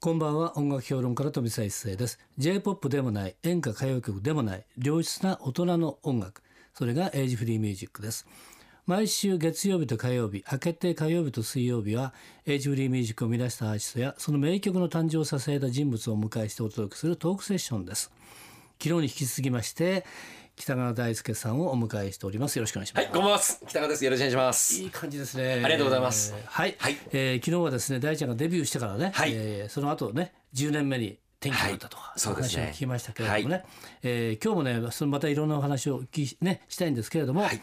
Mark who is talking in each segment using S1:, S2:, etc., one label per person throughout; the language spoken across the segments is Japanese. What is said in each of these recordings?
S1: こんばんは音楽評論家の富澤一世です J-POP でもない演歌歌謡曲でもない良質な大人の音楽それがエイジフリーミュージックです毎週月曜日と火曜日明けて火曜日と水曜日はエイジフリーミュージックを生み出したアーティストやその名曲の誕生を支えた人物をお迎えしてお届けするトークセッションです昨日に引き続きまして北川大輔さんをお迎えしておりますよろしくお願いします、
S2: はい、こんばんは。北川です。よろしくお願いします。
S1: いい感じですね。
S2: ありがとうございます
S1: えーはい、
S2: はい
S1: えー昨日はですね、大ちゃんがデビューしてからね、
S2: はい
S1: えーその後ね、10年目に。転機になったとか、
S2: はいそうです
S1: 話を
S2: ね
S1: 聞きましたけれどもね、えー今日もね、そのまたいろんなお話をお聞きねしたいんですけれども、
S2: はい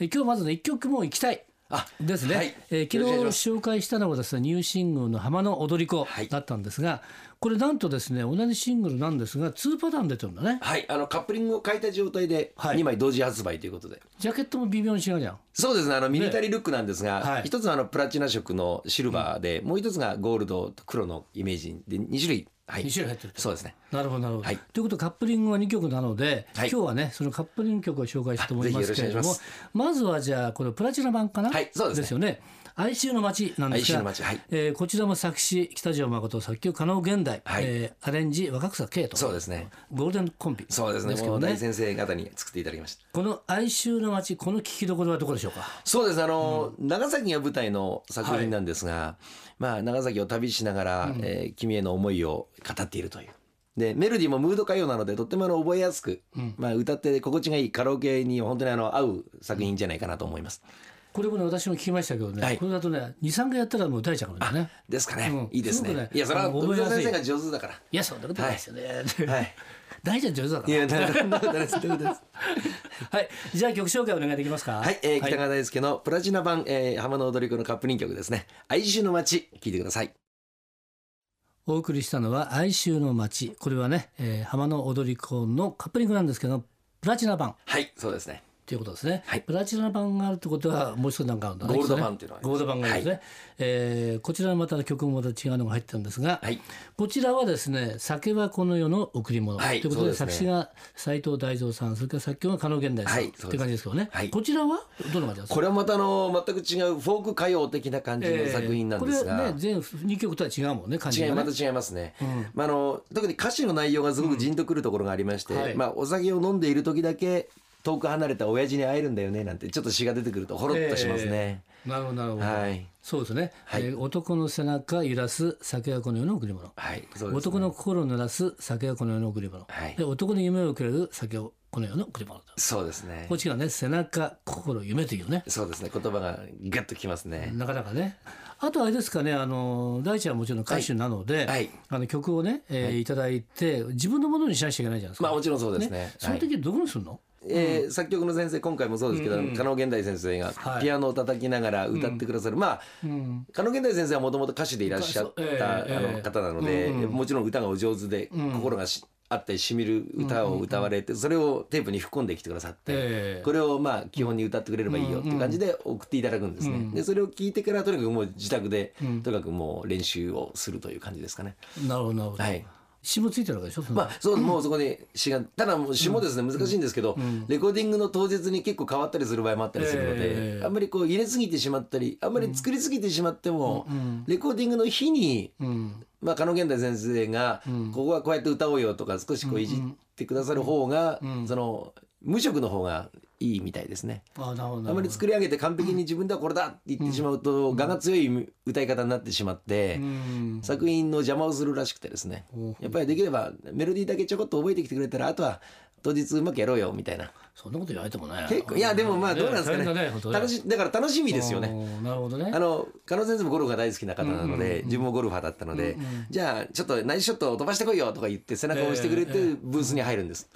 S1: えー今日まずね一曲もう行きたい。
S2: あ
S1: ですね、
S2: はい
S1: えー昨
S2: よろしくお
S1: 日
S2: 願い
S1: 紹介
S2: し
S1: したのがですねニューシングルの「浜の踊り子
S2: は」い
S1: だったんですが、これなんとですね同じシングルなんですが2パターン出てるんだね
S2: はい、あのカップリングを変えた状態で
S1: はい
S2: 2枚同時発売ということで。
S1: ジャケットも微妙に違うじゃん
S2: そうですね。あのミリタリールックなんです
S1: はい
S2: が、一つはあのプラチナ色のシルバーで、もう一つがゴールドと黒のイメージで2種類。はい。
S1: 二種類入ってると
S2: そうですね。
S1: なるほどなるほど。
S2: はい
S1: ということでカップリングは2曲なので、
S2: はい
S1: 今日はねそのカップリング曲を紹介したいと思いますけれども
S2: ぜひよろ
S1: ま
S2: しく
S1: ずはじゃあこのプラチナ版かな、
S2: はいそうですね
S1: よね。哀愁の街なんですが、
S2: 哀愁の街はい
S1: えーこちらも作詞北条誠作曲加納現代、
S2: はい
S1: えーアレンジ若草圭と
S2: そうですね。
S1: ゴールデンコンビです
S2: そうですね。
S1: け
S2: も
S1: ど
S2: う
S1: ね
S2: 大先生方に作っていただきました。
S1: この哀愁の街この聞きどころはどこでしょうか
S2: そうですあの、長崎が舞台の作品なんですが、まあ、長崎を旅しながら、えー君への思いを語っているという。でメロディーもムード歌謡なのでとってもあの覚えやすく、まあ、歌って心地がいいカラオケに本当にあの合う作品じゃないかなと思います。
S1: これもね私も聞きましたけどね、
S2: はい
S1: これだとね23回やったらもう歌えちゃうからね。
S2: ですかね、
S1: うん
S2: いいですね。
S1: すごくね
S2: いやそれ
S1: あ
S2: は
S1: の
S2: 富澤
S1: 覚えやすい
S2: 先生が上手だか
S1: いやそんなことないですよね。
S2: ら。はい、
S1: 大ちゃん上手だか
S2: い
S1: ら。
S2: やななななですなです
S1: はいじゃあ曲紹介お願いできますか。
S2: はい、えー北川大輔のプラチナ版、えー浜の踊り子のカップリン曲ですね「哀愁の街」聴いてください。
S1: お送りしたのは哀愁の街これはね、えー浜の踊り子のカップリングなんですけどプラチナ版
S2: はいそうですね
S1: ということですね、
S2: はい
S1: プラチナ版があるってことはもう一つなんかあるんだね
S2: ゴール
S1: きと
S2: ド
S1: ね
S2: 版っていうのがあり
S1: ゴー
S2: ま
S1: ル
S2: す
S1: ド版があるんですね、えーこちらのまた曲もまた違うのが入ってるんですが、
S2: はい
S1: こちらはですね「酒はこの世の贈り物」
S2: はい
S1: ということで
S2: そう
S1: 作
S2: です
S1: 詞
S2: ね
S1: が斎藤大蔵さんそれから作曲が加納源大さん、
S2: はい
S1: っていう感じですけどね、
S2: はい
S1: こちらはどの感じなんですか
S2: これはまたあの全く違うフォーク歌謡的な感じの作品なんです
S1: えーこ
S2: が、
S1: れね全2曲とは違うもんね感じ
S2: 違い
S1: がね
S2: また違いますね、
S1: うん
S2: まあ、あの特に歌詞の内容がすごくじんとくるところがありまして、
S1: うんはい
S2: まあ、お酒を飲んでいる時だけ遠く離れた親父に会えるんだよねなんてちょっと詩が出てくるとほろっとしますね、
S1: なるほどなるほど、
S2: はい
S1: そうですね、
S2: はい
S1: えー男の背中揺らす酒はこの世の贈り物、
S2: はいそうですね
S1: 男の心を濡らす酒はこの世の贈り物、
S2: はい
S1: で男の夢をくれる酒をこの世の贈り物と
S2: そうですね
S1: こっちがね背中心夢というね
S2: そうですね言葉がガッときますね、
S1: なかなかねあとあれですかねあの大地はもちろん歌手なので、
S2: はい
S1: あの曲をね、えーい、ただいて自分のものにしなきゃいけないじゃないですか、
S2: まあもちろんそうですね
S1: その時どこにするの、
S2: えー作曲の先生今回もそうですけど、加納源大先生が
S1: はい
S2: ピアノを叩きながら歌ってくださる、まあ、
S1: ん
S2: 加納源大先生はもともと歌手でいらっしゃった、
S1: ええええ
S2: あの方なので、もちろん歌がお上手で、心がしあってしみる歌を歌われて、それをテープに吹き込んできてくださって、
S1: ええ
S2: これをまあ基本に歌ってくれればいいよっていう感じで送っていただくんですね、でそれを聞いてからとにかくもう自宅で、とにかくもう練習をするという感じですかね。
S1: なるほどなるほど、
S2: はい
S1: 詩もついてるわけでしょその
S2: まあそうもうそこで詩がただもう詩もですね難しいんですけどレコーディングの当日に結構変わったりする場合もあったりするの
S1: ええ
S2: であんまりこう入れすぎてしまったりあんまり作りすぎてしまってもレコーディングの日に
S1: うん
S2: まあ加納源太先生がここはこうやって歌おうよとか少しこういじってくださる方がその無色の方がいいみたいですね。
S1: あなるほどな
S2: あ
S1: る
S2: ま
S1: ほ
S2: り
S1: ど
S2: 作り上げて完璧に自分ではこれだって言ってしまうと我が強い歌い方になってしまって
S1: ん
S2: 作品の邪魔をするらしくてですね
S1: ほ
S2: やっぱりできればメロディーだけちょこっと覚えてきてくれたらあとは当日うまくやろうよみたいな
S1: そんなこと言われてもね
S2: 結構いやでもまあどうなんですかね
S1: 大変だ本当ね
S2: 楽しだから楽しみですよね
S1: ね。なるほどね。
S2: あの加納先生もゴルフが大好きな方なので自分もゴルファーだったのでじゃあちょっとナイスショットを飛ばしてこいよとか言って背中を押してくれてブースに入るんです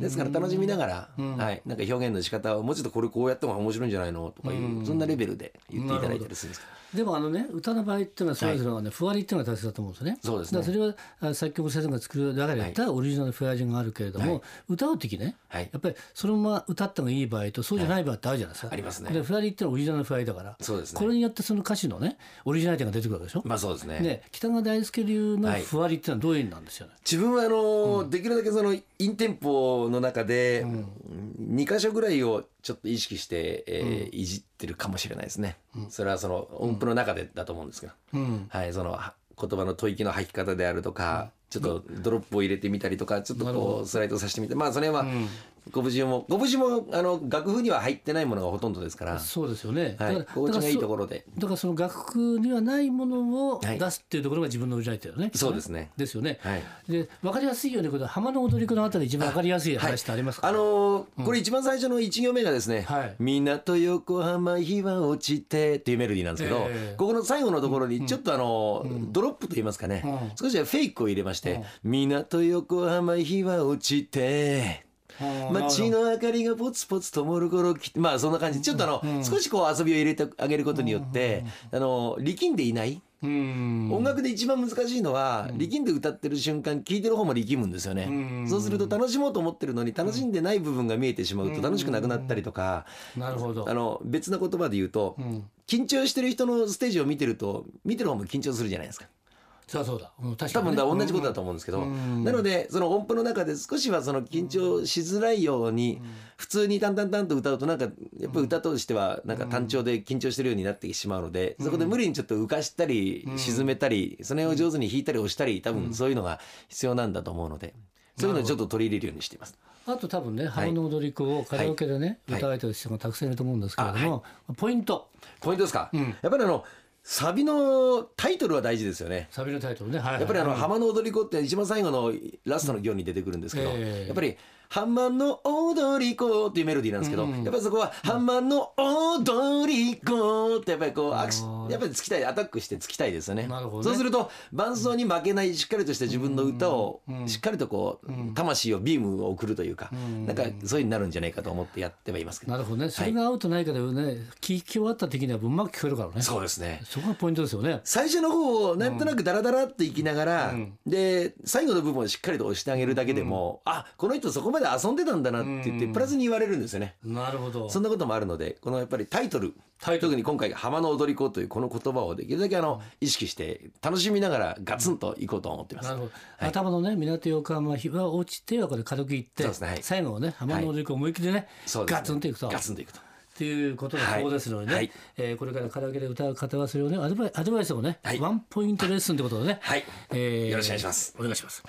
S2: ですから楽しみながらはいなんか表現の仕方をもうちょっとこれこうやった方が面白いんじゃないのとかいうそんなレベルで言っていただいたりするんです
S1: でもあのね歌の場合っていうのはそれぞれがねふわりっていうのが大切だと思うんですよね。
S2: そうですね
S1: だからそれはあ作曲先生が作る中で言ったオリジナルのフェアジンがあるけれども、歌う時ね、
S2: はい
S1: やっぱりそのまま歌ったのがいい場合とそうじゃない場合ってあるじゃないですか。
S2: いありますね
S1: でフェアリーってのはオリジナルのフェアリーだから。
S2: そうですね
S1: これによってその歌詞のねオリジナリティが出てくるわけでしょ。
S2: まあそうですね
S1: ね北川大輔流の
S2: はい
S1: ふわりっていうのはどういう意味なんですよね。
S2: 自分はあの、できるだけそのインテンポの中で、2箇所ぐらいをちょっと意識して、えーいじってるかもしれないですね、それはその音符の中でだと思うんですけど、
S1: うん。
S2: はいそのは言葉の吐息の吐き方であるとか、ちょっとドロップを入れてみたりとかちょっと
S1: なるほ
S2: こうスライドさせてみてまあそれは
S1: ん
S2: ご無事もご無事もあの楽譜には入ってないものがほとんどですから、
S1: そうですよね。
S2: は
S1: だ
S2: い、
S1: から
S2: 心地がいい
S1: だからそ
S2: ところで
S1: だからその楽譜にはないものを
S2: はい
S1: 出すっていうところが自分のオリジナリティだよね。
S2: そうですね
S1: ですよね。
S2: はい
S1: で分かりやすいよねこれ浜の踊り子のあたり一番分かりやすい話ってありますか。
S2: あのーこれ一番最初の1行目がですね
S1: はい
S2: 「港横浜日は落ちて」っていうメロディーなんですけど
S1: ええ
S2: ここの最後のところにちょっとあのードロップと言いますかね
S1: うん
S2: 少しフェイクを入れまして「港横浜日は落ちて」
S1: うん
S2: 街の明かりがポツポツ灯る頃きまあそんな感じちょっとあの少しこう遊びを入れてあげることによってあの力んでいない
S1: うん
S2: 音楽で一番難しいのは力んで歌ってる瞬間聴いてる方も力むんですよ
S1: う
S2: ね
S1: ん
S2: そうすると楽しもうと思ってるのに楽しんでない部分が見えてしまうと楽しくなくなったりとか
S1: なるほど
S2: あ。の別な言葉で言うと
S1: うん
S2: 緊張してる人のステージを見てると見てる方も緊張するじゃないですか。
S1: そうそうだ。うん確か
S2: 多
S1: にね
S2: 分だ同じことだと思うんですけど、なのでその音符の中で少しはその緊張しづらいように、普通にタンタンタンと歌うとなんかやっぱり歌としてはなんか単調で緊張してるようになってしまうので、そこで無理にちょっと浮かしたり沈めたり、その辺を上手に弾いたり押したり多分そういうのが必要なんだと思うので、そういうのをちょっと取り入れるようにしています。
S1: あと多分ね浜の踊り子をカラオケでね、
S2: はい
S1: 歌われてる人もたくさんいると思うんですけれども、ポイント
S2: ポイントですか、やっぱりあのサビのタイトルは大事ですよね。
S1: サビのタイトルね。はいはい
S2: やっぱりあの浜の踊り子って一番最後のラストの行に出てくるんですけど、
S1: ええ
S2: やっぱり浜の踊り子っていうメロディーなんですけど、やっぱりそこは浜の踊り子ってやっぱりこうアクシやっぱりつきたいアタックしてつきたいですよね。
S1: なるほどね
S2: そうすると伴奏に負けないしっかりとした自分の歌をしっかりとこう魂をビームを送るというか、なんかそういうになるんじゃないかと思ってやってはいますけど。
S1: なるほどね。それが合うとないかでね、聞き終わった時にはうまく聞こえるからね。
S2: そうですね。
S1: そこがポイントですよね。
S2: 最初の方をなんとなくダラダラっていきながら、で最後の部分をしっかりと押してあげるだけでも、あこの人そこまで遊んでたんだなって言って、プラスに言われるんですよね。
S1: なるほど。
S2: そんなこともあるのでこのやっぱりタイトル
S1: タイトル
S2: 特に今回「浜の踊り子」というこの言葉をできるだけあの意識して楽しみながらガツンといこうと思っています。
S1: なるほど、頭のね港横浜日は落ちてはこれ軽くいって、
S2: そうですねはい
S1: 最後はね浜の踊り子思い切りね、
S2: そうですね
S1: ガツンといくと
S2: ガツンといくと
S1: っていうことがそうですのでね、
S2: はいはい
S1: えーこれからカラオケで歌う方はそれをねアドバイアドバイスをね、
S2: はい
S1: ワンポイントレッスンってことでね、
S2: はい
S1: えー
S2: よろしくお願いします
S1: お願いします、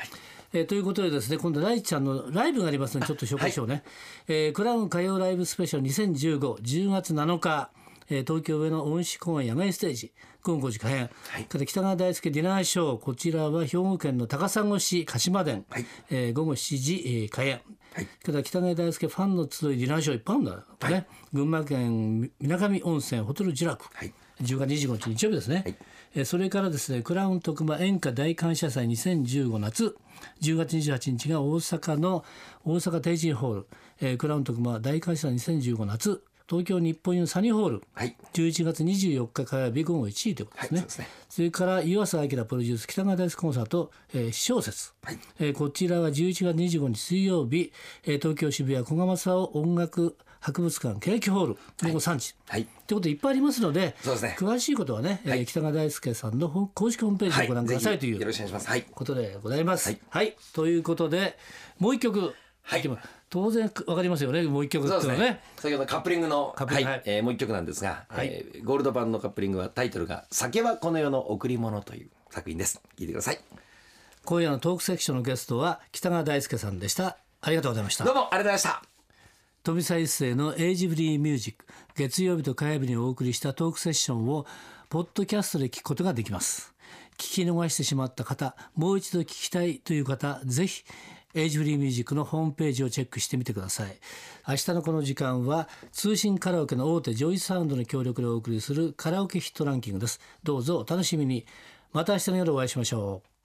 S1: えーということでですね今度ライちゃんのライブがありますのでちょっと紹介しようね、えークラウン歌謡ライブスペシャル20150月7日えー東京上野恩賜公園野外ステージ午後5時開演、
S2: はい
S1: から北川大輔ディナーショーこちらは兵庫県の高砂市鹿島殿、
S2: はい
S1: えー午後7時、えー開演、
S2: はい
S1: から北川大輔ファンの集いディナーショーいっぱいあるんだよ、これね群馬県みなかみ温泉ホテル自楽、
S2: はい
S1: 10月25日日曜日ですね、えーそれからですねクラウン徳間演歌大感謝祭2015夏10月28日が大阪の大阪定人ホール、えークラウン徳間大感謝祭2015夏東京日本郵サニーホール、
S2: はい
S1: 11月24日火曜日午後1時ということですね,、
S2: はいそうですね
S1: それから湯浅明プロデュース北川大輔コンサート、えー、小説、
S2: はい
S1: えーこちらは11月25日水曜日、えー東京渋谷小釜沢音楽博物館ケーキホール午後3時、
S2: はい
S1: ってこといっぱいありますので
S2: そうですね
S1: 詳しいことはね、えー北川大輔さんのほ公式ホームページ
S2: は
S1: をご覧ください
S2: ぜ
S1: と
S2: ひ
S1: い
S2: よろ
S1: う
S2: しくお願いします。はい
S1: ことでございます。は
S2: はいい、
S1: ということでもう一曲、
S2: はい
S1: いきます当然わかりますよねもう一曲って
S2: そう
S1: いうの
S2: です
S1: は
S2: ね
S1: ね。
S2: 先ほどカップリングの
S1: カップリング
S2: は
S1: はい
S2: いえーもう一曲なんですが、
S1: はい
S2: えーゴールド版のカップリングはタイトルが「酒はこの世の贈り物」という作品です聞いてください
S1: 今夜のトークセクションのゲストは北川大輔さんでしたありがとうございました
S2: どうもありがとうございました
S1: 富澤一世のエイジフリーミュージック月曜日と火曜日にお送りしたトークセッションをポッドキャストで聞くことができます聞き逃してしまった方もう一度聞きたいという方ぜひエイジフリーミュージックのホームページをチェックしてみてください明日のこの時間は通信カラオケの大手ジョイサウンドの協力でお送りするカラオケヒットランキングですどうぞお楽しみにまた明日の夜お会いしましょう